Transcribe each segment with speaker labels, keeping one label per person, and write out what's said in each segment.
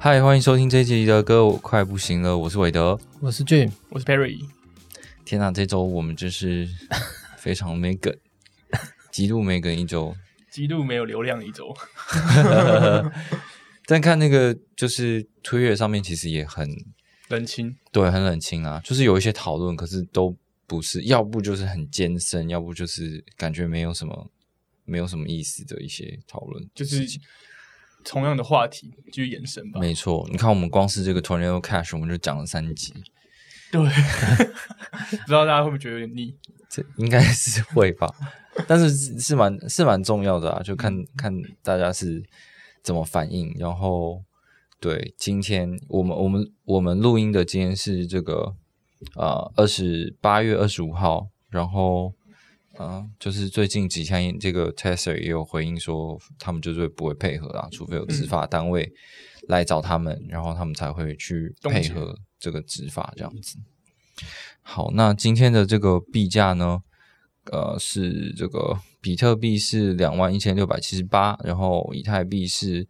Speaker 1: 嗨，欢迎收听这一集的歌，我快不行了，我是韦德。
Speaker 2: 我是 Jim，
Speaker 3: 我是 Perry，
Speaker 1: 天哪，这周我们真是非常没梗，极度没梗一周。
Speaker 3: 极度没有流量一 周，
Speaker 1: 但看那个就是推月上面，其实也很
Speaker 3: 冷清。
Speaker 1: 对，很冷清啊，就是有一些讨论，可是都不是，要不就是很艰深，要不就是感觉没有什么没有什么意思的一些讨论。
Speaker 3: 就是同样的话题继续延伸吧。
Speaker 1: 没错，你看我们光是这个 Tornado Cash，我们就讲了三集，
Speaker 3: 对，不知道大家会不会觉得有点腻？
Speaker 1: 这应该是会吧，但是是是蛮是蛮重要的啊，就看看大家是怎么反应。然后，对，今天我们我们我们录音的今天是这个呃二十八月二十五号，然后嗯、呃就是最近几天这个 Tesla 也有回应说，他们就是不会配合啊，除非有执法单位来找他们，然后他们才会去
Speaker 3: 冻
Speaker 1: 配
Speaker 3: 结
Speaker 1: 合这个执法这样子。好，那今天的这个币价呢，呃，是这个比特币是两万一千六百七十八，然后以太币是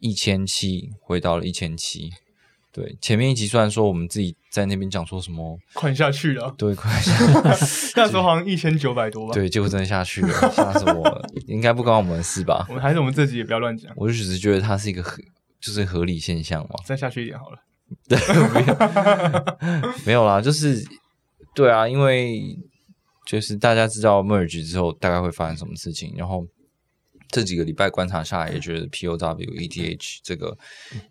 Speaker 1: 一千七，回到了一千七。对，前面一集虽然说我们自己在那边讲说什么，
Speaker 3: 快下 去了，
Speaker 1: 对，快下，
Speaker 3: 那时候好像一千九百多吧。，
Speaker 1: 对，结果真的下去了，吓死我了，应该不关我们的事吧
Speaker 3: 我？们还是我们自己也不要乱讲，
Speaker 1: 我就只是觉得它是一个合，就是合理现象嘛。
Speaker 3: 再下去一点好了。
Speaker 1: 对，没有没有啦，就是对啊，因为就是大家知道 merge 之后大概会发生什么事情，然后这几个礼拜观察下来，也觉得 POW ETH E 这个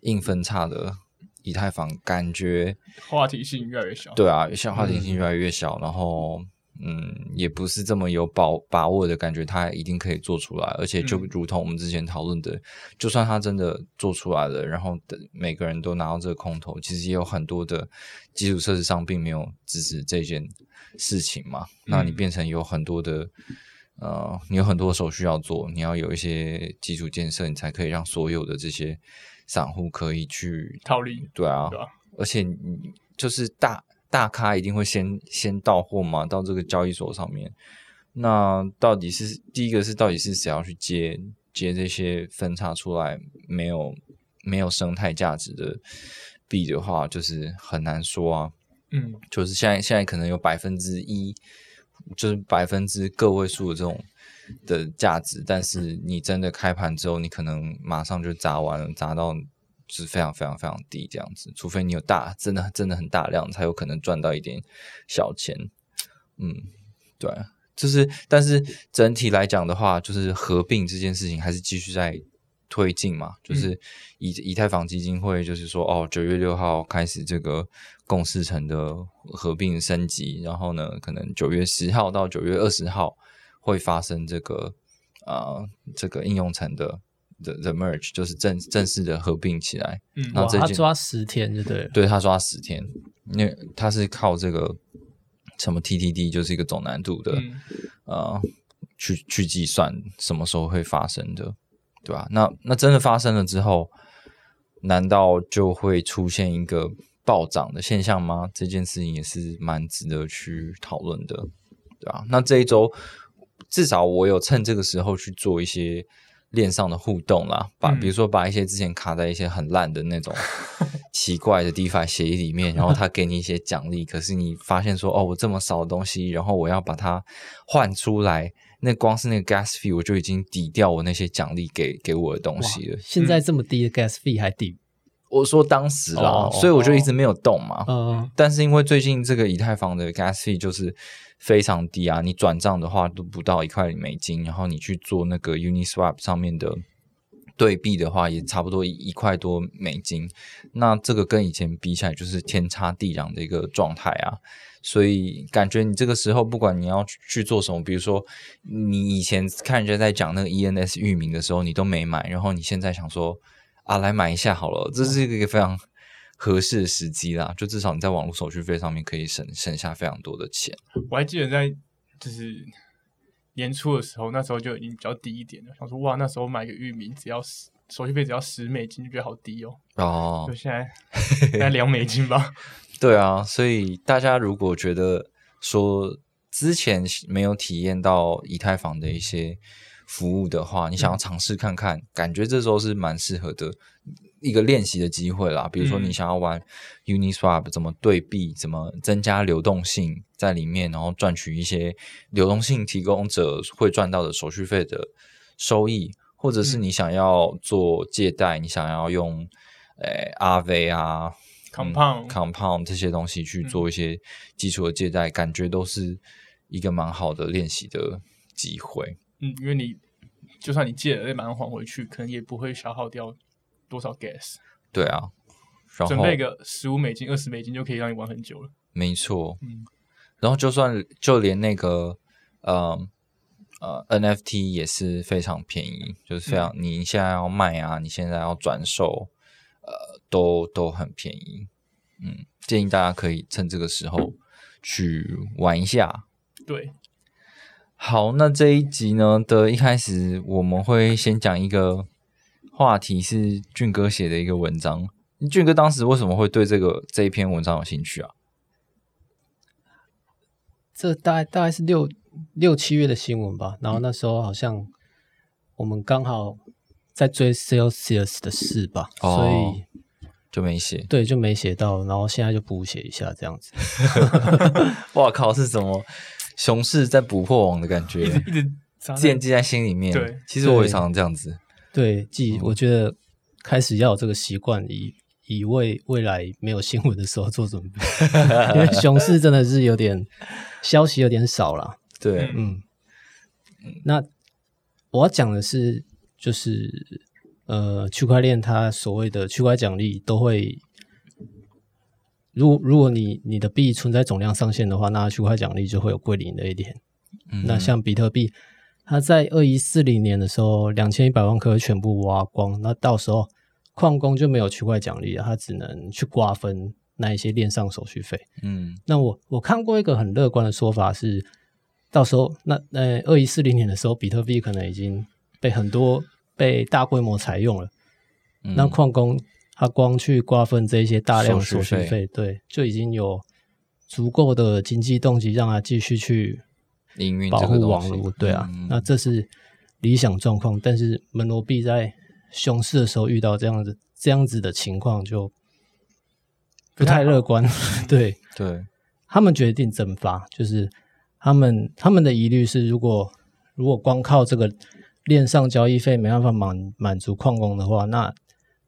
Speaker 1: 硬分叉的以太坊感觉
Speaker 3: 话题性越来越小。，嗯
Speaker 1: 对啊，像话题性越来越小，然后嗯，也不是这么有把把握的感觉，它一定可以做出来。而且就
Speaker 3: 嗯
Speaker 1: 如同我们之前讨论的，就算它真的做出来了，然后等每个人都拿到这个空投，其实也有很多的基础设施上并没有支持这件事情嘛。那你
Speaker 3: 嗯
Speaker 1: 变成有很多的。呃，你有很多手续要做，你要有一些基础建设，你才可以让所有的这些散户可以去
Speaker 3: 套利，
Speaker 1: 对啊，
Speaker 3: 对吧？
Speaker 1: 而且你就是大大咖一定会先先到货嘛，到这个交易所上面。那到底是第一个是到底是谁要去接接这些分叉出来没有没有生态价值的币的话，就是很难说啊。
Speaker 3: 嗯，
Speaker 1: 就是现在现在可能有百分之一，就是百分之个位数的这种的价值，但是你真的开盘之后，你可能马上就砸完了，砸到就是非常非常非常低这样子，除非你有大真的真的很大量，才有可能赚到一点小钱。嗯，对，就是但是整体来讲的话，就是合并这件事情还是继续在。推进嘛，就是以以太坊基金会，就是说哦，九月六号开始这个共识层的合并升级，然后呢，可能九月十号到九月二十号会发生这个啊、呃这个应用层的的的 merge，就是正正式的合并起来。
Speaker 3: 嗯
Speaker 1: 那
Speaker 2: 哇，
Speaker 1: 这
Speaker 2: 他
Speaker 1: 件
Speaker 2: 抓十天就对了，
Speaker 1: 对他抓十天，因为他是靠这个什么 TTD，就是一个总难度的、
Speaker 3: 嗯，
Speaker 1: 呃去去计算什么时候会发生的，对吧、那那真的发生了之后，难道就会出现一个暴涨的现象吗？这件事情也是蛮值得去讨论的，对吧、那这一周至少我有趁这个时候去做一些。链上的互动啦，把
Speaker 3: 嗯
Speaker 1: 比如说把一些之前卡在一些很烂的那种奇怪的 DeFi 协议里 面，然后他给你一些奖励，可是你发现说哦，我这么少的东西，然后我要把它换出来，那光是那个 gas fee 我就已经抵掉我那些奖励给给我的东
Speaker 2: 哇
Speaker 1: 西了，。
Speaker 2: 现在这么低的 gas fee 还低，
Speaker 1: 我说当时啦，
Speaker 2: 哦
Speaker 1: 所以我就一直没有动嘛。
Speaker 2: 嗯，
Speaker 1: 但是因为最近这个以太坊的 gas fee 就是非常低啊，你转账的话都不到一块美金，然后你去做那个 Uniswap 上面的对币的话，也差不多一一块多美金。那这个跟以前比起来，就是天差地壤的一个状态啊。所以感觉你这个时候，不管你要去去做什么，比如说你以前看人家在讲那个 ENS 域名的时候，你都没买，然后你现在想说啊，来买一下好了，这是一个非常合适的时机啦，就至少你在网络手续费上面可以省省下非常多的钱。
Speaker 3: 我还记得在就是年初的时候，那时候就已经比较低一点了。想说哇，那时候买个玉米只要十手续费只要十美金，就觉得好低哦。
Speaker 1: 哦
Speaker 3: 就，现在现在两美 金吧。
Speaker 1: 对啊，所以大家如果觉得说之前没有体验到以太坊的一些服务的话，你想
Speaker 3: 嗯
Speaker 1: 要尝试看看，感觉这时候是蛮适合的一个练习的机会啦。比如说
Speaker 3: 嗯
Speaker 1: 你想要玩 Uniswap 怎么对币，怎么增加流动性在里面，然后赚取一些流动性提供者会赚到的手续费的收益，或者是
Speaker 3: 嗯
Speaker 1: 你想要做借贷，你想要用诶阿维啊。
Speaker 3: Compound
Speaker 1: 嗯 compound 这些东西去
Speaker 3: 嗯
Speaker 1: 做一些基础的借贷，感觉都是一个蛮好的练习的机会。
Speaker 3: 嗯，因为你就算你借了再马上还回去，可能也不会消耗掉多少 gas。
Speaker 1: 对啊，然
Speaker 3: 准
Speaker 1: 后
Speaker 3: 备个十五美金、二十美金就可以让你玩很久了。
Speaker 1: 没错，
Speaker 3: 嗯
Speaker 1: 然后就算就连那个呃呃 NFT 也是非常便宜，就是
Speaker 3: 嗯
Speaker 1: 非常、你现在要卖啊，你现在要转售，呃，都都很便宜。嗯，建议大家可以趁这个时候去玩一下。
Speaker 3: 对，
Speaker 1: 好，那这一集呢的一开始，我们会先讲一个话题，是俊哥写的一个文章。俊哥当时为什么会对这个这一篇文章有兴趣啊？
Speaker 2: 这大概大概是六六七月的新闻吧。然后那时候好像我们刚好在追 Celsius 的事吧，
Speaker 1: 哦
Speaker 2: 所以
Speaker 1: 就没 写。
Speaker 2: 对就没写到，然后现在就补写一下这样子。
Speaker 1: 哇靠，是什么熊市在捕获网的感
Speaker 3: 一直
Speaker 1: 觉，
Speaker 3: 一直砸在
Speaker 1: 惦记在心里面。
Speaker 3: 对
Speaker 1: 其实我也常常这样子。
Speaker 2: 对，记我觉得开始要有这个习惯，以以为未来没有新闻的时候做准备，因为熊市真的是有点消息有点少啦。
Speaker 1: 对，
Speaker 3: 嗯
Speaker 2: 嗯，那我要讲的是，就是呃，区块链它所谓的区块奖励都会，如果如果你你的币存在总量上限的话，那区块奖励就会有归零的一点。
Speaker 1: 嗯
Speaker 2: 那像比特币，它在二一四零年的时候，两千一百万颗全部挖光，那到时候矿工就没有区块奖励了，它只能去瓜分那一些链上手续费。
Speaker 1: 嗯
Speaker 2: 那我我看过一个很乐观的说法是，到时候那呃二一四零年的时候，比特币可能已经被很多被大规模采用了。
Speaker 1: 嗯
Speaker 2: 那矿工他光去瓜分这一些大量的
Speaker 1: 手
Speaker 2: 手
Speaker 1: 续
Speaker 2: 续
Speaker 1: 费
Speaker 2: 费，对，就已经有足够的经济动机让他继续去
Speaker 1: 营运这
Speaker 2: 保
Speaker 1: 个
Speaker 2: 护
Speaker 1: 东
Speaker 2: 网
Speaker 1: 西
Speaker 2: 络，对啊，
Speaker 1: 嗯
Speaker 2: 那这是理想状况。但是门罗币在熊市的时候遇到这样子这样子的情况，就不太乐观， 对。
Speaker 1: 对
Speaker 2: 他们决定蒸发，就是他们他们的疑虑是，如果如果光靠这个链上交易费没办法满满足矿工的话，那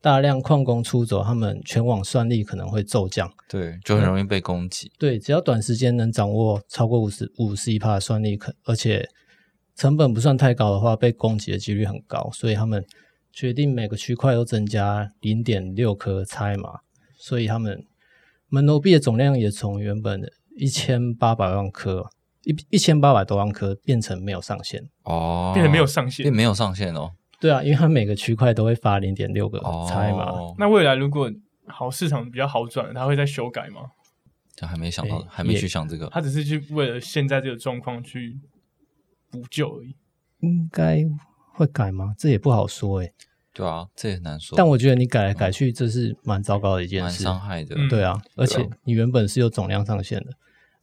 Speaker 2: 大量矿工出走，他们全网算力可能会骤降。
Speaker 1: 对，就很容易被攻击。
Speaker 2: 对，只要短时间能掌握超过五十五十一帕的算力，可而且成本不算太高的话，被攻击的几率很高，所以他们决定每个区块都增加零点六颗拆码，所以他们门罗币的总量也从原本的一千八百万颗。一一千八百多万颗变成没有上限，
Speaker 1: 哦，
Speaker 3: 变得没有上限
Speaker 1: 变。没有上限哦。
Speaker 2: 对啊，因为它每个区块都会发零点六个
Speaker 1: 哦，
Speaker 2: 拆码，
Speaker 3: 那未来如果好市场比较好转，它会再修改吗？
Speaker 1: 这还没想到，
Speaker 2: 哎
Speaker 1: 还没
Speaker 2: 也
Speaker 1: 去想这个。
Speaker 3: 它只是去为了现在这个状况去补救而已。
Speaker 2: 应该会改吗？这也不好说诶、欸
Speaker 1: 对啊，这也很难说。
Speaker 2: 但我觉得你改来改去，这是蛮糟糕的一件
Speaker 1: 蛮
Speaker 2: 事。
Speaker 1: 伤害的。
Speaker 3: 嗯
Speaker 2: 对啊，而且你原本是有总量上限的，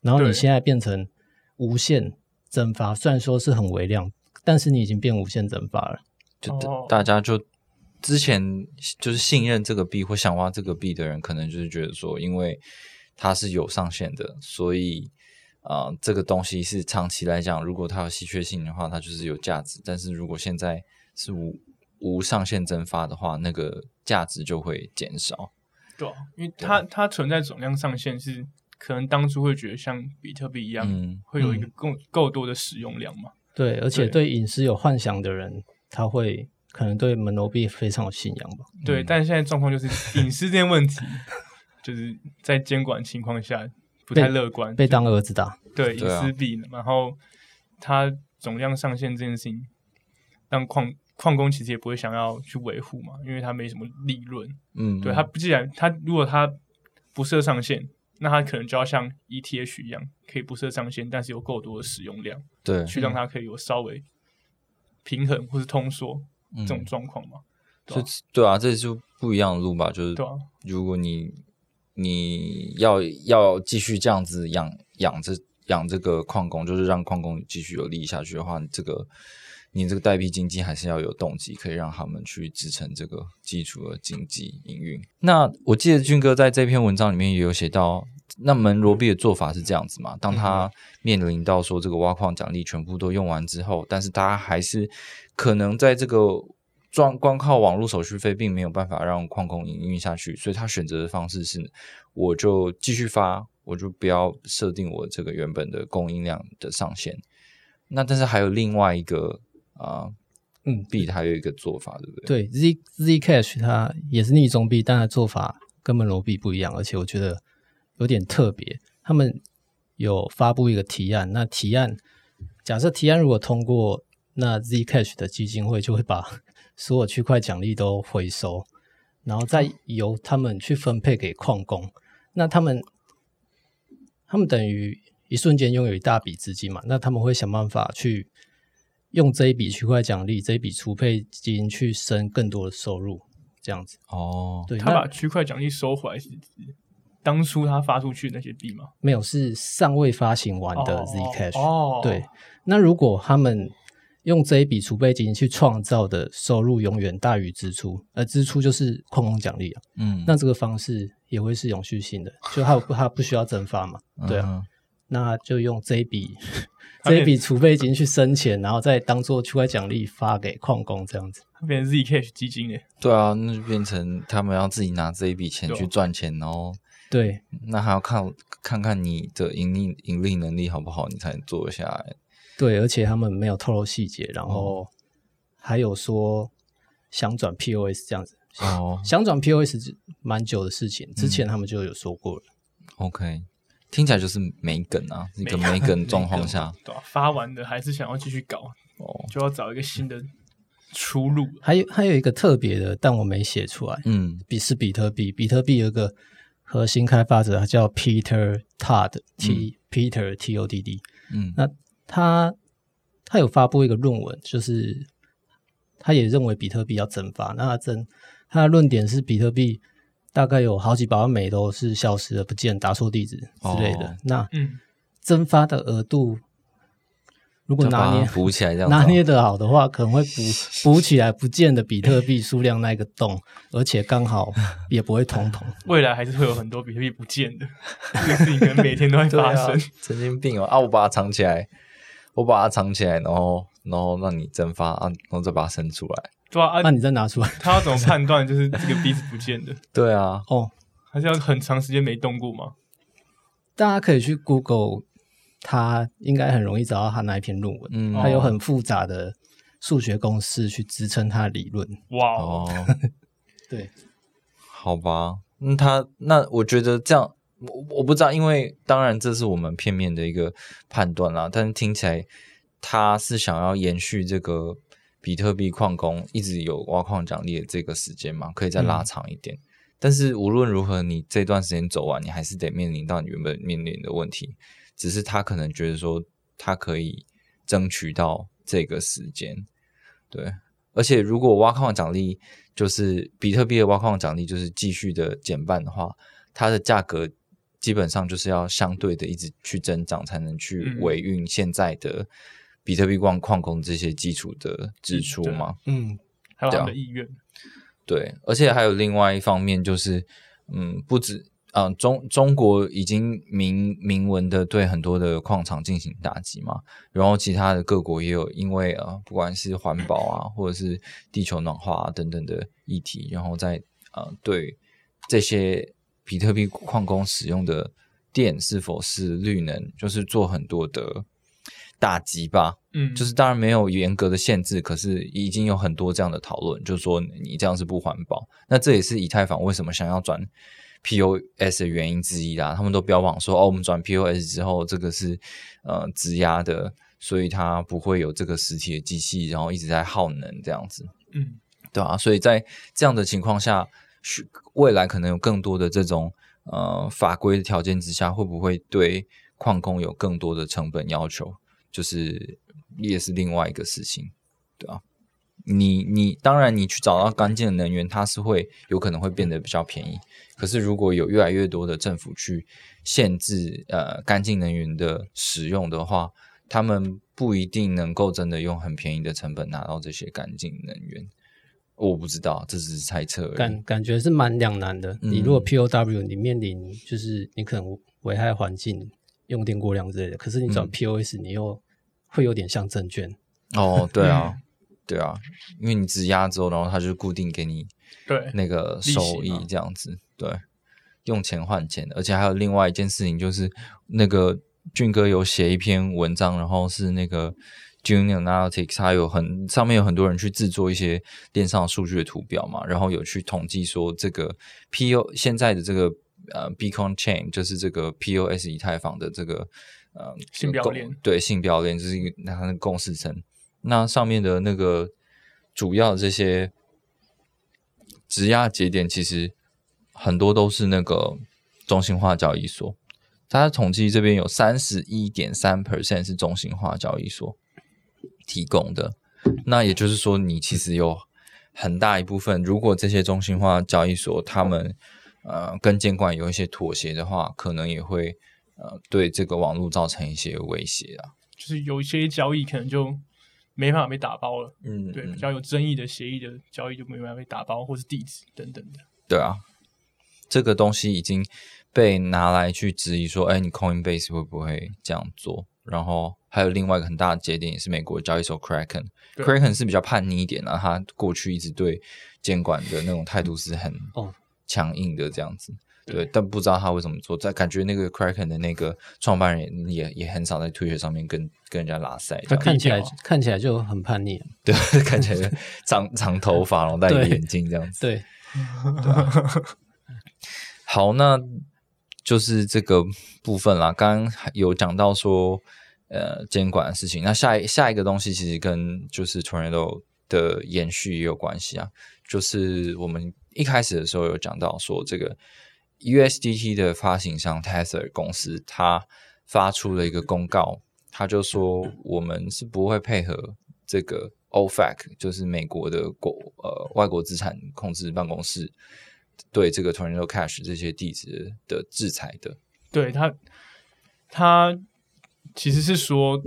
Speaker 2: 然后
Speaker 3: 对
Speaker 2: 你现在变成无限蒸发，虽然说是很微量，但是你已经变无限蒸发了。嗯
Speaker 1: 就大
Speaker 3: 哦
Speaker 1: 大家就之前就是信任这个币或想挖这个币的人，可能就是觉得说，因为它是有上限的，所以啊、呃这个东西是长期来讲，如果它有稀缺性的话，它就是有价值。但是如果现在是无无上限蒸发的话，那个价值就会减少。
Speaker 3: 对、啊，因为它它存在总量上限是可能当初会觉得像比特币一样，
Speaker 1: 嗯
Speaker 3: 会有一个够够多的使用量嘛。
Speaker 2: 对，而且
Speaker 3: 对
Speaker 2: 对隐私有幻想的人，他会可能对门罗币非常有信仰吧。
Speaker 3: 对，
Speaker 1: 嗯
Speaker 3: 但是现在状况就是 隐私这件问题，就是在监管情况下不太乐观，
Speaker 2: 被
Speaker 3: 就
Speaker 2: 当儿子打，
Speaker 3: 对隐
Speaker 1: 对啊
Speaker 3: 私币，然后它总量上限这件事情，让矿矿工其实也不会想要去维护嘛，因为它没什么利润。
Speaker 1: 嗯，
Speaker 3: 对它既然它如果它不设上限，那它可能就要像 ETH 一样，可以不设上限，但是有够多的使用量，
Speaker 1: 对，
Speaker 3: 去让它可以有稍微平衡或是通缩这种
Speaker 1: 嗯
Speaker 3: 状况嘛，
Speaker 1: 就对啊，这就不一样的路吧。就是
Speaker 3: 对啊
Speaker 1: 如果你你要要继续这样子养养这养这个矿工，就是让矿工继续有利益下去的话，你这个你这个代币经济还是要有动机，可以让他们去支撑这个基础的经济营运。那我记得俊哥在这篇文章里面也有写到。那门罗币的做法是这样子嘛？当他面临到说这个挖矿奖励全部都用完之后，但是他还是可能在这个专光靠网络手续费并没有办法让矿工营运下去，所以他选择的方式是，我就继续发，我就不要设定我这个原本的供应量的上限。那但是还有另外一个啊、
Speaker 2: 嗯
Speaker 1: 币它有一个做法，对不对？
Speaker 2: 对，Z Zcash 它也是逆中币，但它做法跟门罗币不一样，而且我觉得有点特别。他们有发布一个提案，那提案假设提案如果通过，那 Zcash 的基金会就会把 所有区块奖励都回收，然后
Speaker 1: 哦
Speaker 2: 再由他们去分配给矿工。那他们他们等于一瞬间拥有一大笔资金嘛，那他们会想办法去用这一笔区块奖励、这一笔储备金去生更多的收入，这样子。
Speaker 1: 哦，
Speaker 2: 对，
Speaker 3: 他把
Speaker 2: 那
Speaker 3: 区块奖励收回来是指当初他发出去的那些币嘛，
Speaker 2: 没有是尚未发行完的
Speaker 3: 哦
Speaker 2: Zcash，、
Speaker 3: 哦，
Speaker 2: 对，那如果他们用这一笔储备金去创造的收入永远大于支出，而支出就是矿工奖励啊，
Speaker 1: 嗯，
Speaker 2: 那这个方式也会是永续性的，就它它不需要蒸发嘛，对啊，
Speaker 1: 嗯哼
Speaker 2: 那就用这一笔
Speaker 3: 它
Speaker 2: 这
Speaker 3: 变
Speaker 2: 一笔储备金去生钱，然后再当做区块奖励发给矿工这样子。
Speaker 3: 它变成 Zcash 基金诶，
Speaker 1: 对啊，那就变成他们要自己拿这一笔钱
Speaker 3: 对啊
Speaker 1: 去赚钱，然后
Speaker 2: 对，
Speaker 1: 那还要看看看你的盈利盈利能力好不好，你才能做得下来。
Speaker 2: 对，而且他们没有透露细节，然后还有说想转 POS 这样子，
Speaker 1: 哦
Speaker 2: 想转 POS 是蛮久的事情，之前他们就有说过了。
Speaker 1: OK，听起来就是没梗啊，一个没梗状况下，
Speaker 3: 对啊发完的还是想要继续搞，
Speaker 1: 哦，
Speaker 3: 就要找一个新的出路了。
Speaker 2: 还有还有一个特别的，但我没写出来，
Speaker 1: 嗯
Speaker 2: 比是比特币，比特币有一个核心开发者，他叫 Peter Todd T、Peter T O D D，
Speaker 1: 嗯
Speaker 2: 那他他有发布一个论文，就是他也认为比特币要蒸发。那他蒸他的论点是比特币大概有好几百万枚都是消失了、不见、打错地址之类的。
Speaker 1: 哦
Speaker 2: 那
Speaker 3: 嗯，
Speaker 2: 蒸发的额度，如果
Speaker 1: 就
Speaker 2: 拿
Speaker 1: 把
Speaker 2: 捏
Speaker 1: 它补起 来这样子哦，
Speaker 2: 拿捏的好的话，可能会补补起来不见的比特币数量那个洞，而且刚好也不会通 膨。
Speaker 3: 未来还是会有很多比特币不见的，这个事情可能每天都会
Speaker 1: 对
Speaker 3: 发
Speaker 1: 啊
Speaker 3: 生。，
Speaker 1: 神经病哦！啊，我把它藏起来，我把它藏起来，然后然后让你蒸发啊，然后再把它生出来。
Speaker 3: 对啊，
Speaker 2: 那
Speaker 3: 啊
Speaker 2: 你再拿出来
Speaker 3: 他要怎么判断就是这个币是不见的？
Speaker 1: 对啊，
Speaker 2: 哦，
Speaker 3: 还是要很长时间没动过吗？
Speaker 2: 大家可以去 Google，它应该很容易找到他那一篇论文。
Speaker 1: 嗯，
Speaker 2: 它有很复杂的数学公式去支撑它的理论。
Speaker 3: 哇哦，
Speaker 1: 哦，
Speaker 2: 对，
Speaker 1: 好吧，那他那我觉得这样，我我不知道，因为当然这是我们片面的一个判断啦，但是听起来他是想要延续这个比特币矿工一直有挖矿奖励的这个时间嘛，可以再拉长一点。但是无论如何，你这段时间走完，你还是得面临到你原本面临的问题，只是他可能觉得说他可以争取到这个时间，对。而且如果挖矿奖励就是比特币的挖矿奖励就是继续的减半的话，它的价格基本上就是要相对的一直去增长，才能去
Speaker 3: 嗯
Speaker 1: 维运现在的比特币矿矿工这些基础的支出
Speaker 3: 对
Speaker 1: 嘛。
Speaker 2: 嗯，
Speaker 3: 还有他
Speaker 1: 对
Speaker 3: 们
Speaker 1: 啊
Speaker 3: 的意愿，
Speaker 1: 对，而且还有另外一方面就是，嗯，不止，嗯、中中国已经明明文的对很多的矿场进行打击嘛，然后其他的各国也有因为呃，不管是环保啊，或者是地球暖化啊等等的议题，然后在呃对这些比特币矿工使用的电是否是绿能，就是做很多的打击吧，
Speaker 3: 嗯，
Speaker 1: 就是当然没有严格的限制，可是已经有很多这样的讨论，就是说你这样是不环保。那这也是以太坊为什么想要转 POS 的原因之一啦。他们都标榜说，哦，我们转 POS 之后，这个是呃质押的，所以它不会有这个实体的机器，然后一直在耗能这样子。
Speaker 3: 嗯，
Speaker 1: 对啊，所以在这样的情况下，需未来可能有更多的这种呃法规的条件之下，会不会对矿工有更多的成本要求？就是也是另外一个事情，对啊。你你当然，你去找到干净的能源，它是会有可能会变得比较便宜。可是如果有越来越多的政府去限制呃干净能源的使用的话，他们不一定能够真的用很便宜的成本拿到这些干净能源。我不知道，这只是猜测而已。
Speaker 2: 感感觉是蛮两难的。
Speaker 1: 嗯
Speaker 2: 你如果 POW，你面临就是你可能危害环境、用电过量之类的，可是你转
Speaker 1: 嗯
Speaker 2: POS，你又会有点像证券，
Speaker 1: 哦，对啊，对啊，因为你质押之后，然后它就固定给你
Speaker 3: 对，啊
Speaker 1: 那个
Speaker 3: 利息
Speaker 1: 收益
Speaker 3: 嘛
Speaker 1: 这样子，对，用钱换钱，而且还有另外一件事情，就是那个俊哥有写一篇文章，然后是那个 Junior Analytics，它有很上面有很多人去制作一些链上数据的图表嘛，然后有去统计说这个 PO 现在的这个呃 Bitcoin Chain 就是这个 POS 以太坊的这个呃
Speaker 3: 信标
Speaker 1: 共
Speaker 3: 链
Speaker 1: 对性标链就是一个它的共识层，那上面的那个主要的这些质押节点，其实很多都是那个中心化交易所。它统计这边有三十一点三 percent 是中心化交易所提供的。那也就是说，你其实有很大一部分，如果这些中心化交易所他们呃跟监管有一些妥协的话，可能也会呃对这个网络造成一些威胁啊。
Speaker 3: 就是有一些交易可能就没办法被打包了，
Speaker 1: 嗯，
Speaker 3: 对，
Speaker 1: 嗯
Speaker 3: 比较有争议的协议的交易就没办法被打包，或是地址等等的。
Speaker 1: 对啊，这个东西已经被拿来去质疑说，哎，你 Coinbase 会不会这样做？然后还有另外一个很大的节点也是美国交易所 Kraken，Kraken
Speaker 3: 对
Speaker 1: Kraken 是比较叛逆一点啊，它过去一直对监管的那种态度是很
Speaker 2: 哦
Speaker 1: 强硬的这样子。
Speaker 3: 对
Speaker 1: 对，但不知道他为什么做，但感觉那个 Kraken 的那个创办人也也很少在 Twitter 上面跟跟人家拉塞这
Speaker 2: 他
Speaker 1: 样，
Speaker 2: 看起来
Speaker 3: 低调
Speaker 2: 看起来就很叛逆。
Speaker 1: 对， 看起来就长长头发，然后戴
Speaker 2: 对
Speaker 1: 眼镜这样子。
Speaker 2: 对，
Speaker 1: 好，那就是这个部分啦。刚刚还有讲到说，呃，监管的事情。那下一下一个东西其实跟就是 Tornado 的延续也有关系啊。就是我们一开始的时候有讲到说，这个 USDT 的发行商 Tether 公司，它发出了一个公告，他就说我们是不会配合这个 OFAC，就是美国的国呃外国资产控制办公室对这个 Tornado Cash 这些地址的制裁的。
Speaker 3: 对他，他其实是说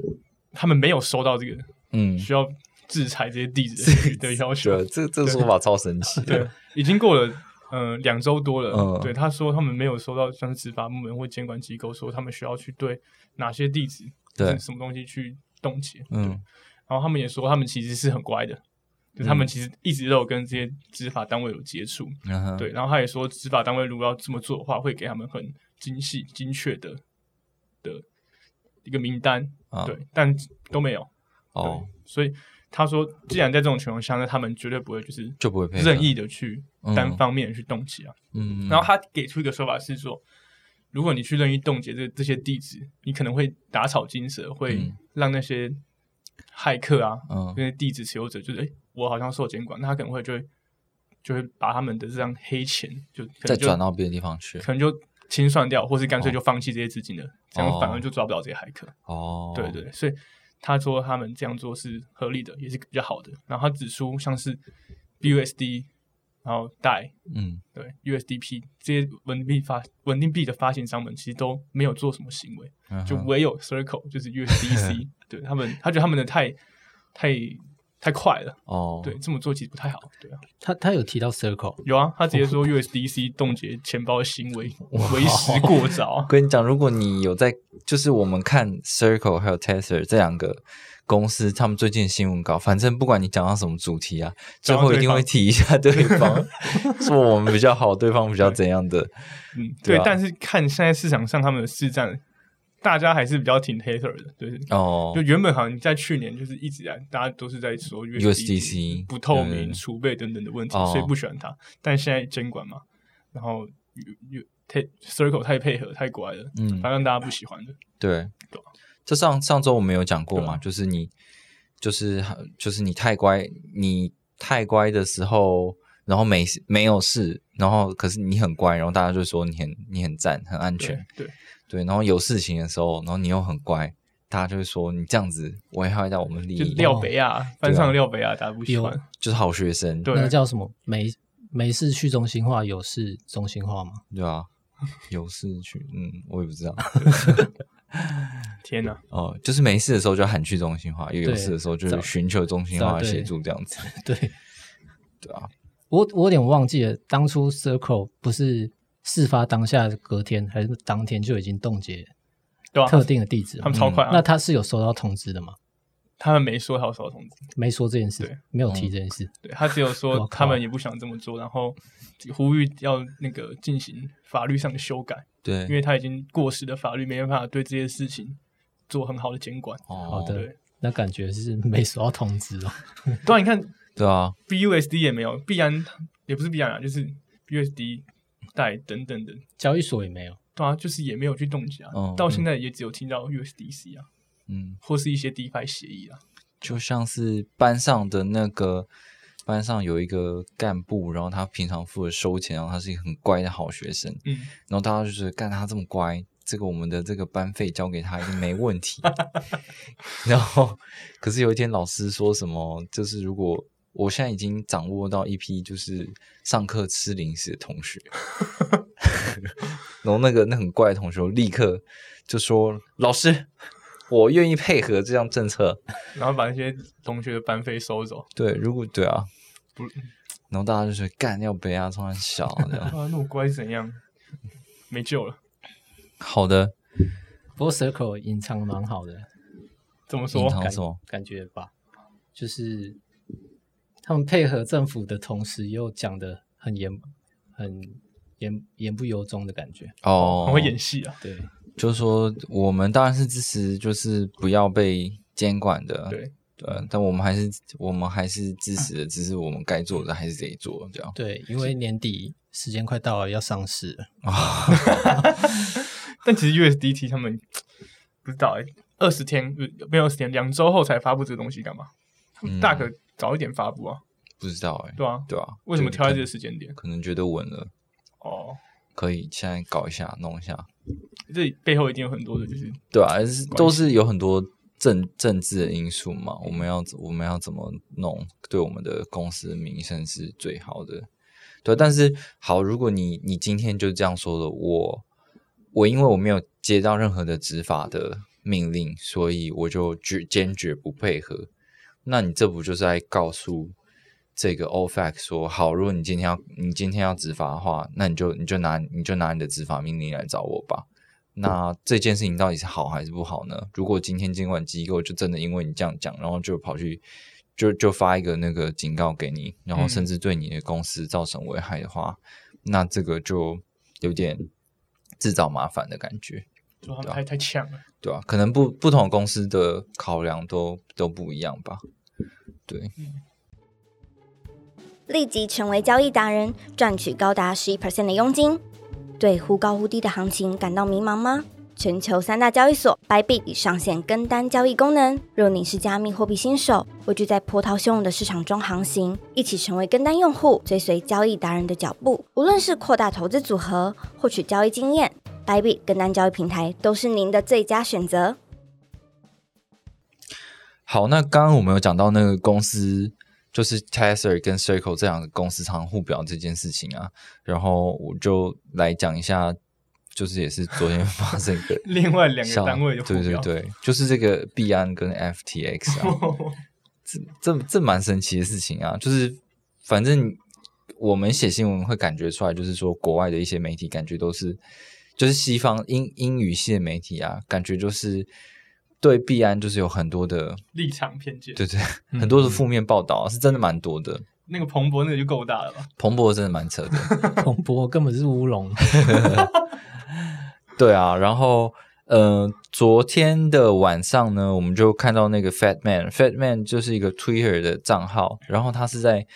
Speaker 3: 他们没有收到这个
Speaker 1: 嗯，啊
Speaker 3: 需要制裁这些地址的的要求
Speaker 1: 对，，这这个说法超神奇
Speaker 3: 对
Speaker 1: 的。，
Speaker 3: 已经过了。呃，两周多了。
Speaker 1: 嗯
Speaker 3: 对，他说他们没有收到像是执法部门或监管机构说他们需要去对哪些地址、
Speaker 1: 对
Speaker 3: 就是什么东西去冻结。对
Speaker 1: 嗯，
Speaker 3: 然后他们也说，他们其实是很乖的，就他们其实一直都有跟这些执法单位有接触。
Speaker 1: 然后
Speaker 3: 对，然后他也说，执法单位如果要这么做的话，会给他们很精细、精确的的一个名单。
Speaker 1: 啊
Speaker 3: 对，但都没有。
Speaker 1: 哦，
Speaker 3: 对，所以他说，既然在这种情况下，那他们绝对不会就是
Speaker 1: 就不会配合
Speaker 3: 任意的去
Speaker 1: 嗯
Speaker 3: 单方面地去冻结啊。
Speaker 1: 嗯，
Speaker 3: 然后他给出一个说法是说，如果你去任意冻结这这些地址，你可能会打草惊蛇，会
Speaker 1: 嗯
Speaker 3: 让那些骇客啊，
Speaker 1: 嗯
Speaker 3: 那些地址持有者就是，哎，我好像受监管，那他可能会就会就会把他们的这张黑钱就可
Speaker 1: 再
Speaker 3: 能就
Speaker 1: 转到别的哦地方去。
Speaker 3: 可能就清算掉，或是干脆就放弃这些资金了，这样反而就抓不到这些骇客。
Speaker 1: 哦，
Speaker 3: 对对，所以他说他们这样做是合理的，也是比较好的。然后他指出像是 BUSD，然后 DAI。
Speaker 1: 嗯，
Speaker 3: 对 USDP 这些稳定币发稳定币的发行商们其实都没有做什么行为，
Speaker 1: 嗯哼
Speaker 3: 就唯有 Circle 就是 USDC，对他们，他觉得他们的太太太快了，
Speaker 1: 哦，
Speaker 3: 对，这么做其实不太好，对啊，
Speaker 2: 他他有提到 Circle，
Speaker 3: 有啊，他直接
Speaker 1: 哦
Speaker 3: 说 USDC 冻结钱包的行为为时过 早，
Speaker 1: 跟你讲，如果你有在，就是我们看 Circle 还有 Tether 这两个公司，他们最近的新闻稿，反正不管你讲到什么主题啊，最
Speaker 3: 讲到
Speaker 1: 后一定会
Speaker 3: 对方
Speaker 1: 提一下对 方，说我们比较好，对方比较怎样的。
Speaker 3: 嗯，
Speaker 1: 对
Speaker 3: 对，
Speaker 1: 啊
Speaker 3: 但是看现在市场上他们的市占，大家还是比较挺 hater 的，对。
Speaker 1: 哦
Speaker 3: 就，原本好像在去年就是一直在大家都是在说
Speaker 1: USDC
Speaker 3: 不透
Speaker 1: 嗯
Speaker 3: 明、储备等等的问题，
Speaker 1: 哦
Speaker 3: 所以不喜欢它。但现在监管嘛，然后有有太 Circle 太配合太乖了，
Speaker 1: 嗯
Speaker 3: 反正让大家不喜欢的。
Speaker 1: 对
Speaker 3: 对啊，
Speaker 1: 这上上周我们有讲过嘛，
Speaker 3: 对啊
Speaker 1: 就是你，就是就是你太乖，你太乖的时候，然后没没有事，然后可是你很乖，然后大家就说你很你很赞，很安全，
Speaker 3: 对对
Speaker 1: 对，然后有事情的时候，然后你又很乖，大家就会说你这样子危害到我们利
Speaker 3: 就
Speaker 1: 益，哦
Speaker 3: 廖北亚班
Speaker 1: 啊
Speaker 3: 上廖北亚啊大家不喜欢，
Speaker 1: 就是好学生，
Speaker 3: 对
Speaker 2: 那个叫什么没没事去中心化，有事中心化吗？
Speaker 1: 对啊，有事去，嗯，我也不知道，
Speaker 3: 天哪，
Speaker 1: 哦，就是没事的时候就喊去中心化，又有
Speaker 2: 对
Speaker 1: 事的时候就
Speaker 2: 找
Speaker 1: 是寻求中心化
Speaker 2: 找
Speaker 1: 的
Speaker 2: 对
Speaker 1: 协助，这样子，
Speaker 2: 对
Speaker 1: 对啊，
Speaker 2: 我我有点忘记了，当初 Circle 不是事发当下隔天还是当天就已经冻结
Speaker 3: 对啊，
Speaker 2: 特定的地址吗
Speaker 3: 他
Speaker 1: 嗯
Speaker 3: 们超快啊，
Speaker 2: 那他是有收到通知的吗？
Speaker 3: 他们没说他有收到通知，
Speaker 2: 没说这件事
Speaker 3: 对，
Speaker 2: 没有提这件事。
Speaker 3: 对他只有
Speaker 2: 我
Speaker 3: 说
Speaker 1: 哦
Speaker 2: 靠
Speaker 3: 他们也不想这么做，然后呼吁要那个进行法律上的修改，
Speaker 1: 对，
Speaker 3: 因为他已经过时的法律没办法对这些事情做很好的监管。
Speaker 1: 哦
Speaker 2: 好，的
Speaker 3: 对，
Speaker 2: 那感觉是没收到通知哦。
Speaker 3: 对啊，你看
Speaker 1: 对啊，
Speaker 3: BUSD 也没有，必然也不是必然啊，就是 BUSD 贷等等的，
Speaker 2: 交易所也没有。
Speaker 3: 对啊，就是也没有去冻结啊，
Speaker 1: 嗯
Speaker 3: 到现在也只有听到 USDC 啊，
Speaker 1: 嗯，
Speaker 3: 或是一些 DeFi 协议啊，
Speaker 1: 就像是班上的那个班上有一个干部，然后他平常负责收钱，然后他是一个很乖的好学生，
Speaker 3: 嗯，
Speaker 1: 然后大家就是干他这么乖，这个我们的这个班费交给他一定没问题。然后，可是有一天老师说什么，就是如果我现在已经掌握到一批就是上课吃零食的同学，然后那个那很怪的同学立刻就说：“老师，我愿意配合这项政策。
Speaker 3: 然后把那些同学的班费收走，”
Speaker 1: 对，如果对啊
Speaker 3: 不，
Speaker 1: 然后大家就说干要被啊，突然小这样。
Speaker 3: 啊，那我乖是怎样？没救了，
Speaker 1: 好 的，
Speaker 2: 不过 Circle 隐藏得蛮好的，
Speaker 3: 怎么说
Speaker 1: 隐？藏
Speaker 2: 感
Speaker 1: 什么？
Speaker 2: 感觉吧，就是他们配合政府的同时，又讲的很言很言言不由衷的感觉。
Speaker 1: 哦，
Speaker 3: 很会演戏啊，
Speaker 2: 对，
Speaker 1: 就是说，我们当然是支持，就是不要被监管的，
Speaker 3: 对，
Speaker 1: 对，但我们还是我们还是支持的，只是我们该做的还是得做，这样。
Speaker 2: 对，因为年底时间快到了，要上市了。
Speaker 3: 但其实 USDT 他们不知道哎、二十天呃没有二十天，两周后才发布这个东西干嘛？他
Speaker 1: 嗯
Speaker 3: 们大可早一点发布啊，
Speaker 1: 不知道哎、
Speaker 3: 对啊，
Speaker 1: 对啊，
Speaker 3: 为什么
Speaker 1: 就
Speaker 3: 挑在
Speaker 1: 可
Speaker 3: 这
Speaker 1: 能
Speaker 3: 个时间点？
Speaker 1: 可能觉得稳了，
Speaker 3: 哦，
Speaker 1: 可以现在搞一下，弄一下，
Speaker 3: 这背后一定有很多的，就是
Speaker 1: 对啊，是都是有很多政政治的因素嘛。我们要我们要怎么弄，对我们的公司名声是最好的。对，啊但是好，如果你你今天就这样说了，我我因为我没有接到任何的执法的命令，所以我就决坚决不配合。那你这不就是在告诉这个 OFAC 说，好，如果你今天要你今天要执法的话，那你就你就拿你就拿你的执法命令来找我吧。那这件事情到底是好还是不好呢？如果今天监管机构就真的因为你这样讲，然后就跑去就就发一个那个警告给你，然后甚至对你的公司造成危害的话，那这个就有点自找麻烦的感觉，
Speaker 3: 就
Speaker 1: 啊
Speaker 3: 他们太太呛了，
Speaker 1: 对吧、可能不不同公司的考量都都不一样吧。
Speaker 4: 立即成为交易达人，赚取高达十一 percent 的佣金。对忽高忽低的行情感到迷茫吗？全球三大交易所 Bybit 已上线跟单交易功能，若你是加密货币新手，或就在波涛汹涌的市场中航行，一起成为跟单用户，追随交易达人的脚步。无论是扩大投资组合，获取交易经验，Bybit 跟单交易平台都是您的最佳选择。
Speaker 1: 好，那刚刚我们有讲到那个公司，就是 Tether 跟 Circle 这两个公司常互表这件事情啊，然后我就来讲一下，就是也是昨天发生的
Speaker 3: 另外 两个
Speaker 1: 像
Speaker 3: 单位有
Speaker 1: 对对
Speaker 3: 互表
Speaker 1: 对，就是这个币安跟 FTX 啊，这这这蛮神奇的事情啊，就是反正我们写新闻会感觉出来，就是说国外的一些媒体感觉都是，就是西方英英语系的媒体啊，感觉就是对币安就是有很多的
Speaker 3: 立场偏见，
Speaker 1: 对对，很多的负面报道、啊是真的蛮多的。
Speaker 3: 那个彭博那个就够大了吧？
Speaker 1: 彭博真的蛮扯的，
Speaker 2: 彭博根本是乌 龙，
Speaker 1: 对啊。然后，呃，昨天的晚上呢，我们就看到那个 Fat Man，Fat Man 就是一个 Twitter 的账号，然后他是在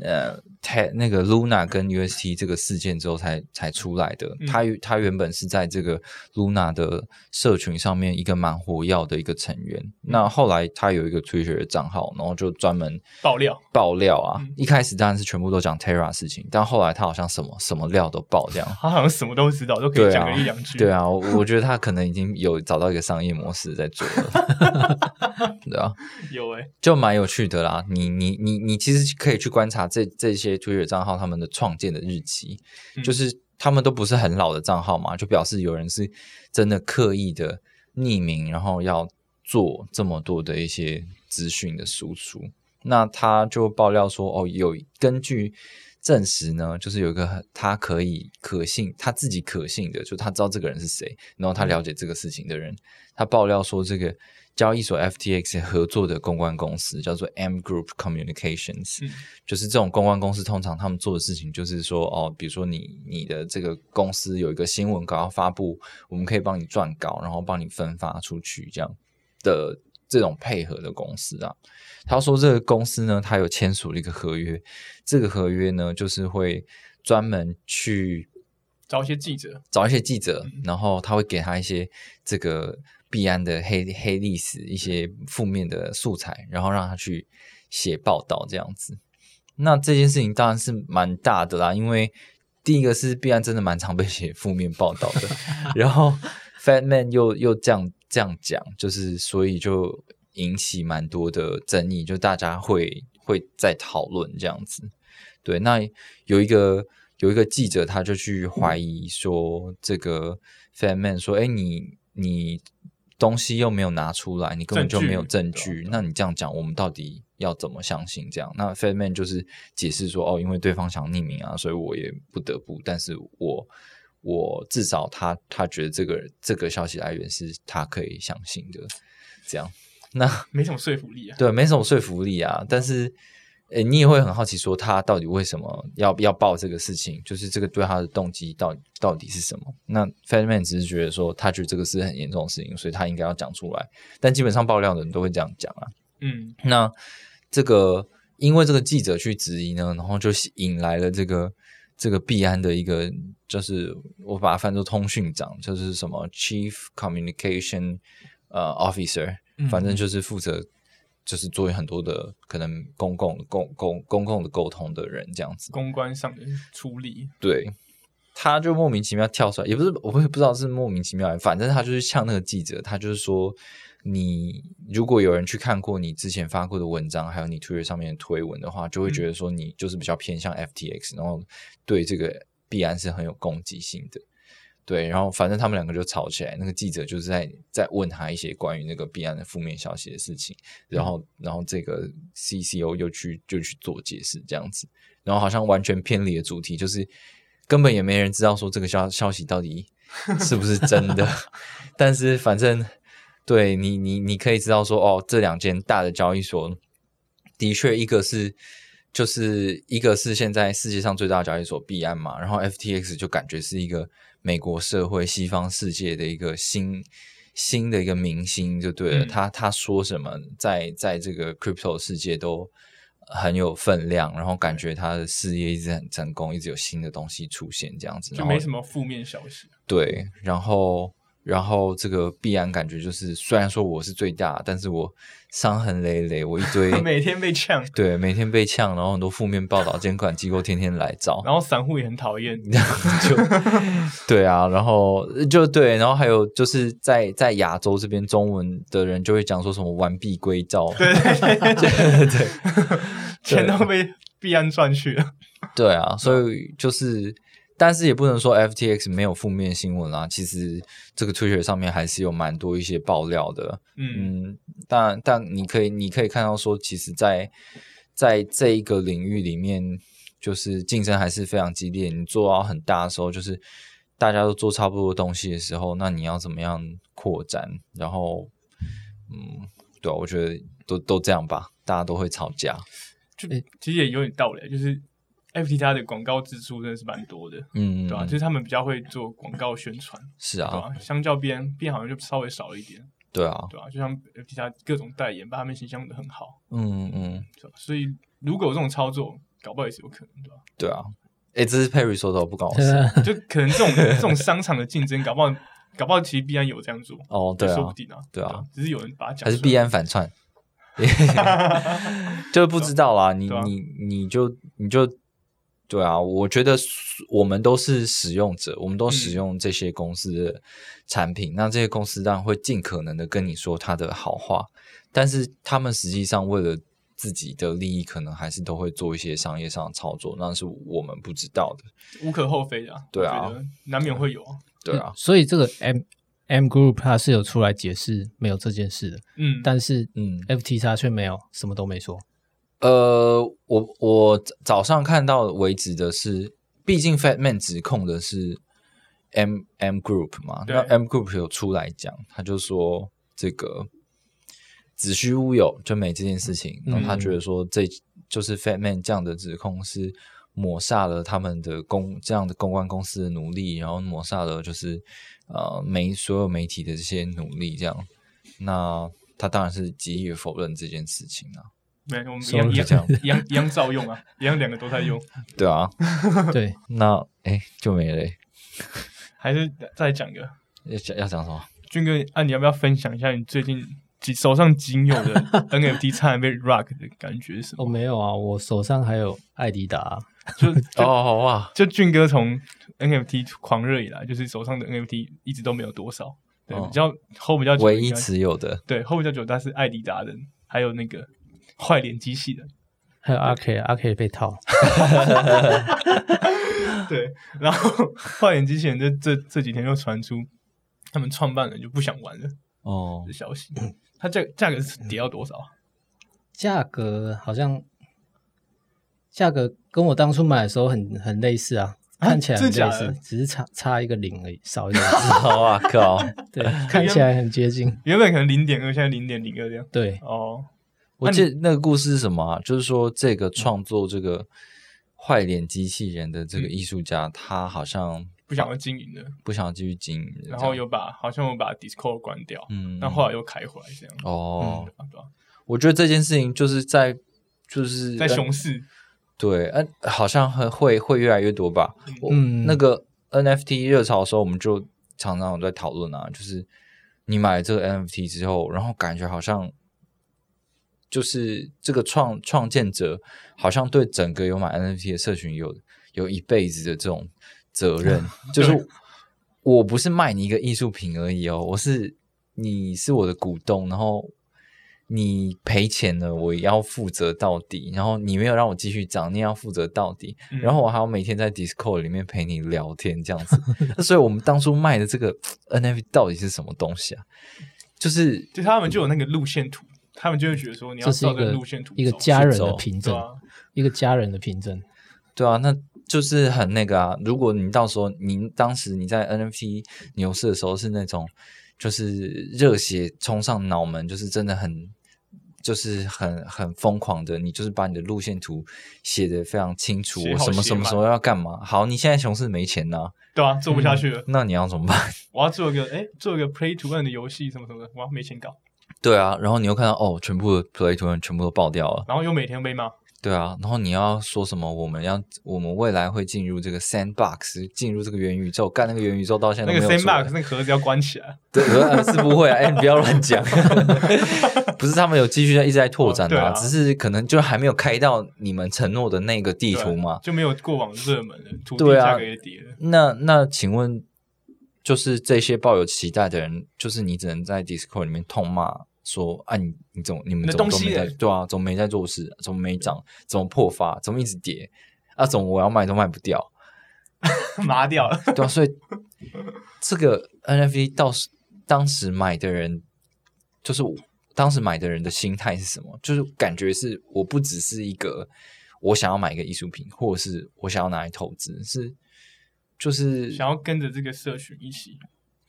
Speaker 1: 呃 t 那个 Luna 跟 UST 这个事件之后才才出来的。
Speaker 3: 嗯
Speaker 1: 他它原本是在这个 Luna 的社群上面一个蛮活跃的一个成员。那后来他有一个 Twitter 的账号，然后就专门
Speaker 3: 爆料
Speaker 1: 爆料啊。
Speaker 3: 嗯
Speaker 1: 一开始当然是全部都讲 Terra 的事情，但后来他好像什么什么料都爆这样。
Speaker 3: 他啊好像什么都知道，都可以
Speaker 1: 对
Speaker 3: 讲
Speaker 1: 啊
Speaker 3: 个一两句。
Speaker 1: 对，啊，我我觉得他可能已经有找到一个商业模式在做了，对啊，
Speaker 3: 有哎、
Speaker 1: 就蛮有趣的啦。你你你你其实可以去观察这这些 Twitter 账号他们的创建的日期，
Speaker 3: 嗯
Speaker 1: 就是他们都不是很老的账号嘛，就表示有人是真的刻意的匿名，然后要做这么多的一些资讯的输出。那他就爆料说，哦，有根据证实呢，就是有一个很他可以可信，他自己可信的，就他知道这个人是谁，然后他了解这个事情的人，他爆料说这个交易所 FTX 合作的公关公司叫做 M Group Communications，、
Speaker 3: 嗯
Speaker 1: 就是这种公关公司通常他们做的事情就是说，哦，比如说你你的这个公司有一个新闻稿要发布，我们可以帮你撰稿，然后帮你分发出去这样的这种配合的公司啊。他说这个公司呢，它有签署了一个合约，这个合约呢就是会专门去
Speaker 3: 找一些记者，
Speaker 1: 找一些记者，然后他会给他一些这个币安的黑黑历史、一些负面的素材，然后让他去写报道这样子。那这件事情当然是蛮大的啦，因为第一个是币安真的蛮常被写负面报道的，然后 Fatman 又又这样这样讲，就是所以就引起蛮多的争议，就大家会会在讨论这样子。对，那有一个有一个记者，他就去怀疑说，这个 Fatman 说：“哎，你你东西又没有拿出来，你根本就没有证
Speaker 3: 证据啊
Speaker 1: 据，那你这样讲，我们到底要怎么相信？”这样，那 Fatman 就是解释说：“哦，因为对方想匿名啊，所以我也不得不，但是我。”我至少他他觉得这个这个消息来源是他可以相信的，这样。那
Speaker 3: 没什么说服力啊。
Speaker 1: 对，没什么说服力啊。但是，诶，你也会很好奇，说他到底为什么要要报这个事情，就是这个对他的动机到底到底是什么？那 Fatman 只是觉得说，他觉得这个是很严重的事情，所以他应该要讲出来。但基本上爆料的人都会这样讲啊。
Speaker 3: 嗯，
Speaker 1: 那这个因为这个记者去质疑呢，然后就引来了这个这个币安的一个，就是我把它翻作通讯长，就是什么 Chief Communication 呃 Officer，
Speaker 3: 嗯
Speaker 1: 反正就是负责就是做很多的可能公共公公公共的沟通的人这样子。
Speaker 3: 公关上的出力，
Speaker 1: 对，他就莫名其妙跳出来，也不是我也不知道是莫名其妙，反正他就是呛那个记者，他就是说，你如果有人去看过你之前发过的文章，还有你 Twitter 上面的推文的话，就会觉得说你就是比较偏向 FTX，、然后对这个必然是很有攻击性的。对，然后反正他们两个就吵起来。那个记者就是在在问他一些关于那个币安的负面消息的事情，然后然后这个 CCO 又去就去做解释这样子，然后好像完全偏离了主题，就是根本也没人知道说这个消消息到底 是不是真的。 但是反正对你你你可以知道说哦，这两间大的交易所的确一个是。就是一个是现在世界上最大的交易所币安嘛，然后 FTX 就感觉是一个美国社会、西方世界的一个新新的一个明星，就对了。
Speaker 3: 嗯
Speaker 1: 他他说什么，在在这个 crypto 世界都很有分量，然后感觉他的事业一直很成功，一直有新的东西出现，这样子。
Speaker 3: 就
Speaker 1: 然后
Speaker 3: 没什么负面消息。
Speaker 1: 对，然后然后这个必然感觉就是，虽然说我是最大，但是我伤痕累累，我一堆
Speaker 3: 每天被呛，
Speaker 1: 对每天被呛，然后很多负面报道，监管机构天天来找，
Speaker 3: 然后散户也很 讨厌。
Speaker 1: 就对啊，然后就对，然后还有就是在在亚洲这边，中文的人就会讲说什么完璧归赵，对对对
Speaker 3: 钱都被币安赚去了。
Speaker 1: 对啊，所以就是，但是也不能说 FTX 没有负面新闻啦。其实这个 Twitter 上面还是有蛮多一些爆料的，
Speaker 3: 嗯，
Speaker 1: 嗯，但但你可以你可以看到说，其实在，在这一个领域里面，就是竞争还是非常激烈。你做到很大的时候，就是大家都做差不多的东西的时候，那你要怎么样扩展？然后，嗯，对啊、我觉得都都这样吧，大家都会吵架。
Speaker 3: 就其实也有点道理，啊就是 FT 它的广告支出真的是蛮多的，
Speaker 1: 嗯，
Speaker 3: 对吧、啊就是他们比较会做广告宣传，
Speaker 1: 是
Speaker 3: 对
Speaker 1: 啊，
Speaker 3: 吧、相较币安，币安好像就稍微少一点，
Speaker 1: 对啊，
Speaker 3: 对吧、就像 FT 它各种代言，把他们形象的很好，
Speaker 1: 嗯嗯。
Speaker 3: 对吧？所以如果有这种操作，搞不好也是有可能 的、啊。
Speaker 1: 对啊，哎，这是 Perry 说的，不关我 事。
Speaker 3: 就可能这种这种商场的竞争，搞不好搞不好其实必然有这样做，
Speaker 1: 哦，对
Speaker 3: 也
Speaker 1: 啊
Speaker 3: 说，不定啊，
Speaker 1: 对啊，
Speaker 3: 只是有人把它讲出
Speaker 1: 还
Speaker 3: 来，
Speaker 1: 是必然反 串，就不知道啦。你
Speaker 3: 对啊
Speaker 1: 你你就你就对啊，我觉得我们都是使用者，我们都使用这些公司的产品，那这些公司当然会尽可能的跟你说它的好话，但是他们实际上为了。自己的利益可能还是都会做一些商业上的操作，那是我们不知道的。
Speaker 3: 无可厚非的、啊，
Speaker 1: 对啊
Speaker 3: 我觉得难免会有啊，
Speaker 1: 对啊，
Speaker 2: 所以这个 M M Group 它是有出来解释没有这件事的，
Speaker 3: 嗯，
Speaker 2: 但是
Speaker 1: 嗯
Speaker 2: FT x 却没有，什么都 没说。
Speaker 1: 呃，我我早上看到为止的是，毕竟 Fatman 指控的是 M M Group 嘛，
Speaker 3: 对
Speaker 1: 那 M Group 有出来讲，他就说这个子虚乌有，就没这件事情。然后他觉得说这，就是 Fatman 这样的指控是抹煞了他们的公这样的公关公司的努力，然后抹煞了就是呃媒所有媒体的这些努力，这样。那他当然是极力否认这件事情啊，
Speaker 3: 没有，我们一
Speaker 2: 收入
Speaker 3: 样一
Speaker 2: 是这
Speaker 3: 样一样一样照用啊，一样两个都在用，
Speaker 1: 对啊，
Speaker 2: 对，
Speaker 1: 那哎就没了、欸。
Speaker 3: 还是再讲一个，
Speaker 1: 要讲要讲什么？
Speaker 3: 军哥，啊，你要不要分享一下你最近仅手上仅有的 NFT 差点被 rug 的感觉是什
Speaker 2: 哦，
Speaker 3: 么？
Speaker 2: 没有啊，我手上还有艾迪达、
Speaker 3: 就就
Speaker 1: 哦哇，
Speaker 3: 就俊哥从 NFT 狂热以来，就是手上的 NFT 一直都没有多少，对，
Speaker 1: 哦
Speaker 3: 比较 hold 比较久，
Speaker 1: 唯一持有的
Speaker 3: 对 hold 比较久，但是艾迪达人，还有那个坏脸机器人。
Speaker 2: 还有阿 K，阿 K 被套，
Speaker 3: 对，然后 画脸机器人这这这几天又传出他们创办人就不想玩了
Speaker 1: 哦
Speaker 3: 的，消息。它价价格是跌到多少啊？
Speaker 2: 价格好像价格跟我当初买的时候很很类似啊，
Speaker 3: 啊
Speaker 2: 看起来很
Speaker 3: 真的假
Speaker 2: 类似
Speaker 3: 的，
Speaker 2: 只是差差一个零而已，少一个零，
Speaker 1: 哇靠！
Speaker 2: 对，看起来很接近。
Speaker 3: 原本可能零点二，现在零点零二这样。
Speaker 2: 对，
Speaker 3: 哦，
Speaker 1: 我记得那个故事是什么啊？就是说这个创作这个坏脸机器人的这个艺术家，他好像
Speaker 3: 不想要经营了，
Speaker 1: 不想继续经营，
Speaker 3: 然后有把好像我把 Discord 关掉，
Speaker 1: 嗯，
Speaker 3: 但后来又开回来这样。
Speaker 1: 哦
Speaker 3: 嗯，对吧对吧
Speaker 1: 我觉得这件事情就是在就是
Speaker 3: 在熊市，
Speaker 1: 对，嗯，好像很会会越来越多吧。我、
Speaker 2: 嗯
Speaker 1: 那个 NFT 热潮的时候，我们就常常有在讨论啊，就是你买了这个 NFT 之后，然后感觉好像就是这个创创建者好像对整个有买 NFT 的社群有有一辈子的这种责任，就是我不是卖你一个艺术品而已哦，我是你是我的股东，然后你赔钱了，我也要负责到底，然后你没有让我继续涨，你也要负责到底，
Speaker 3: 嗯
Speaker 1: 然后我还要每天在 Discord 里面陪你聊天这样子，那所以我们当初卖的这个 NFT 到底是什么东西啊？就是
Speaker 3: 就他们就有那个路线图，他们就会觉得说你要
Speaker 2: 这是
Speaker 3: 照
Speaker 2: 一
Speaker 3: 这个
Speaker 2: 个
Speaker 3: 路线图
Speaker 2: 一个
Speaker 3: 走
Speaker 2: 家人
Speaker 1: 走
Speaker 2: 的凭
Speaker 3: 对
Speaker 2: 证，
Speaker 3: 啊，
Speaker 2: 一个家人的凭证。
Speaker 1: 对啊，那就是很那个啊。如果你到时候您当时你在 NFT 牛市的时候是那种，就是热血冲上脑门，就是真的很，就是很很疯狂的，你就是把你的路线图写得非常清楚，
Speaker 3: 写
Speaker 1: 我
Speaker 3: 好
Speaker 1: 什么
Speaker 3: 写
Speaker 1: 什么
Speaker 3: 满
Speaker 1: 什么要干嘛。好，你现在熊市没钱呐、
Speaker 3: 对啊，做不下去了，
Speaker 1: 那你要怎么办？
Speaker 3: 我要做一个哎，做一个 Play to Earn 的游戏什么什么的，我要没钱搞，
Speaker 1: 对啊，然后你又看到哦，全部的 Play 图案全部都爆掉了。
Speaker 3: 然后又每天被骂，
Speaker 1: 对啊，然后你要说什么？我们要我们未来会进入这个 Sandbox，进入这个元宇宙，干那个元宇宙到现在
Speaker 3: 那
Speaker 1: 都
Speaker 3: 个
Speaker 1: 没有出来
Speaker 3: Sandbox 那个盒子要关起来，
Speaker 1: 对，呃是不 会啊，哎、你不要乱讲， 不是他们有继续在一直在拓展
Speaker 3: 哦对啊
Speaker 1: 只是可能就还没有开到你们承诺的那个地图嘛。
Speaker 3: 就没有过往热门了，土
Speaker 1: 啊
Speaker 3: 地
Speaker 1: 对啊
Speaker 3: 价格也跌 了。
Speaker 1: 那那请问，就是这些抱有期待的人，就是你只能在 Discord 里面痛骂说啊，你你怎么你们
Speaker 3: 那
Speaker 1: 怎么
Speaker 3: 东
Speaker 1: 都
Speaker 3: 西
Speaker 1: 没在
Speaker 3: 嘞
Speaker 1: 对啊，怎么没在做事？怎么没涨？怎么破发？怎么一直跌？啊，怎么我要卖都卖不掉？
Speaker 3: 麻掉了。
Speaker 1: 对啊，所以这个 NFT 到时当时买的人，就是我当时买的人的心态是什么？就是感觉是我不只是一个我想要买一个艺术品，或者是我想要拿来投资，是就是
Speaker 3: 想要跟着这个社群一起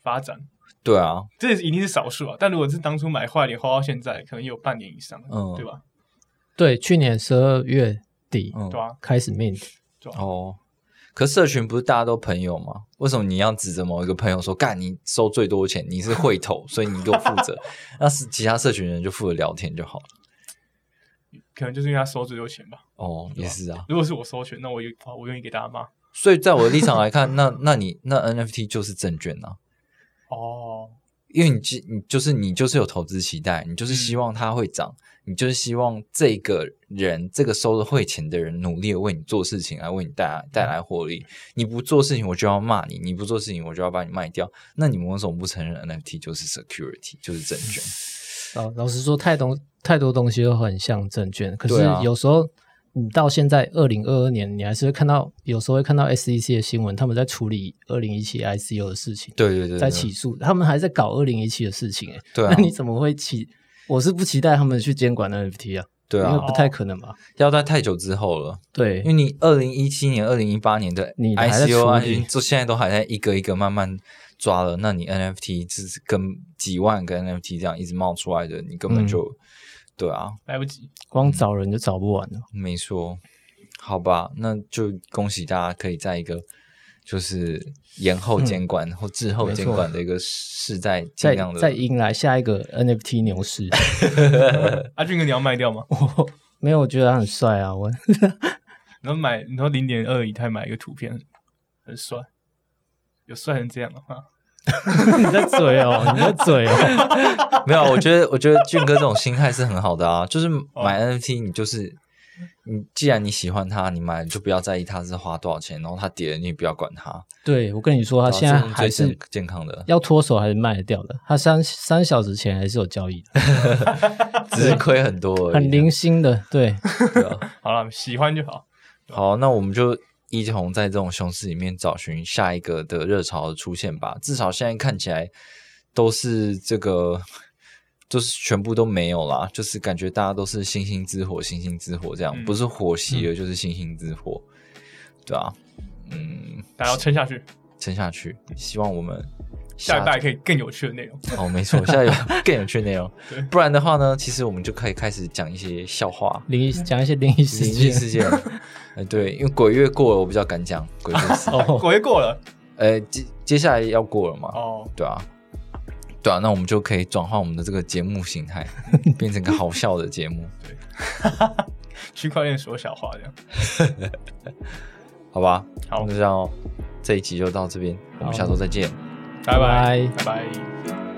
Speaker 3: 发展，
Speaker 1: 对啊，
Speaker 3: 这一定是少数啊。但如果是当初买坏脸花到现在，可能也有半年以上，
Speaker 1: 嗯
Speaker 3: 对吧？
Speaker 2: 对，去年十二月底
Speaker 1: 嗯，
Speaker 3: 对啊，
Speaker 2: 开始 mint，
Speaker 3: 对啊。
Speaker 1: 哦。可社群不是大家都朋友吗？为什么你要指着某一个朋友说干你收最多钱，你是会 投，所以你给我负责？那是其他社群人就负责聊天就好了。
Speaker 3: 可能就是因为他收最多钱吧。
Speaker 1: 哦，也是啊。
Speaker 3: 如果是我收钱，那我也我愿意给大家骂。
Speaker 1: 所以在我的立场来看， 那那你那 NFT 就是证券啊，
Speaker 3: 哦，
Speaker 1: 因为你就你就是你就是有投资期待，你就是
Speaker 2: 嗯
Speaker 1: 希望它会涨，你就是希望这个人这个收了汇钱的人努力地为你做事情，来为你带来
Speaker 2: 嗯
Speaker 1: 带来获利。你不做事情，我就要骂你；你不做事情，我就要把你卖掉。那你们为什么不承认 NFT 就是 security，就是证 券？
Speaker 2: 老老实说，太东太多东西都很像证券，可是
Speaker 1: 对啊
Speaker 2: 有时候你到现在二零二二年，你还是会看到，有时候会看到 SEC 的新闻，他们在处理二零一七 ICO 的事情，
Speaker 1: 对对对对，
Speaker 2: 在起诉，他们还在搞二零一七的事情、欸，
Speaker 1: 对啊
Speaker 2: 那你怎么会期？我是不期待他们去监管 NFT 啊，
Speaker 1: 对
Speaker 2: 因
Speaker 1: 啊
Speaker 2: 为，不太可能吧？
Speaker 1: 要在太久之后了，
Speaker 2: 对
Speaker 1: 因为，你二零一七年、二零一八年的
Speaker 2: 你还在处
Speaker 1: ICO
Speaker 2: 理
Speaker 1: 案件，啊就现在都还在一个一个慢慢抓了。那你 NFT 就是跟几万个 NFT 这样一直冒出来的，你根本就、
Speaker 2: 嗯
Speaker 1: 对啊，
Speaker 3: 来不及。
Speaker 2: 光找人就找不完了。
Speaker 1: 没错，好吧，那就恭喜大家可以在一个就是延
Speaker 2: 嗯
Speaker 1: 后监管、或滞后监管的一个世代，尽
Speaker 2: 再
Speaker 1: 量的
Speaker 2: 再迎来下一个 NFT 牛市，
Speaker 3: 阿俊哥，你要卖掉吗？
Speaker 2: 没有，我觉得他很帅啊， 我
Speaker 3: 然后买，然后零点二以太买一个图片，很帅，有帅成这样啊！哈
Speaker 2: 你在嘴 哦，你在嘴哦，
Speaker 1: 没有，我觉得我觉得俊哥这种心态是很好的啊， 就是
Speaker 3: 哦
Speaker 1: 买 NFT 你就是。你既然你喜欢它，你买了你就不要在意它是花多少钱，然后它跌了你也不要管它。
Speaker 2: 对我跟你说，他
Speaker 1: 对啊
Speaker 2: 啊现在
Speaker 1: 这是
Speaker 2: 还
Speaker 1: 最
Speaker 2: 是
Speaker 1: 健健康的，
Speaker 2: 要脱手还是卖得掉的，他三三小时前还是有交易的，
Speaker 1: 只是亏很多而已。啊
Speaker 2: 很零星的，对，
Speaker 1: 对啊
Speaker 3: 好了，喜欢就好。
Speaker 1: 好，那我们就一同在这种熊市里面找寻下一个的热潮的出现吧。至少现在看起来都是这个，就是全部都没有啦，就是感觉大家都是星星之火，星星之火这样，
Speaker 3: 嗯
Speaker 1: 不是火熄了就是星星之火，对啊，嗯，
Speaker 3: 大家要撑下去，
Speaker 1: 撑下去，希望我 们
Speaker 3: 嗯下一代可以更有趣的内容。
Speaker 1: 哦，没错，现在有 更有趣的内容
Speaker 3: 对，
Speaker 1: 不然的话呢，其实我们就可以开始讲一些笑话。
Speaker 2: 灵异讲一些灵异事
Speaker 1: 灵异
Speaker 2: 件，
Speaker 1: 事件， 呃，对，因为鬼月过了，我比较敢讲鬼月 事。
Speaker 2: 哦，
Speaker 3: 果也过了
Speaker 1: 呃，接接下来要过了嘛，
Speaker 3: 哦，
Speaker 1: 对啊，对啊，那我们就可以转换我们的这个节目形态，变成个好笑的节目，
Speaker 3: 区块链说小话这样。
Speaker 1: 好吧？
Speaker 3: 好
Speaker 1: 那就这样哦，这一集就到这边，我们下周再见。
Speaker 3: 拜拜
Speaker 2: 拜
Speaker 3: 拜拜。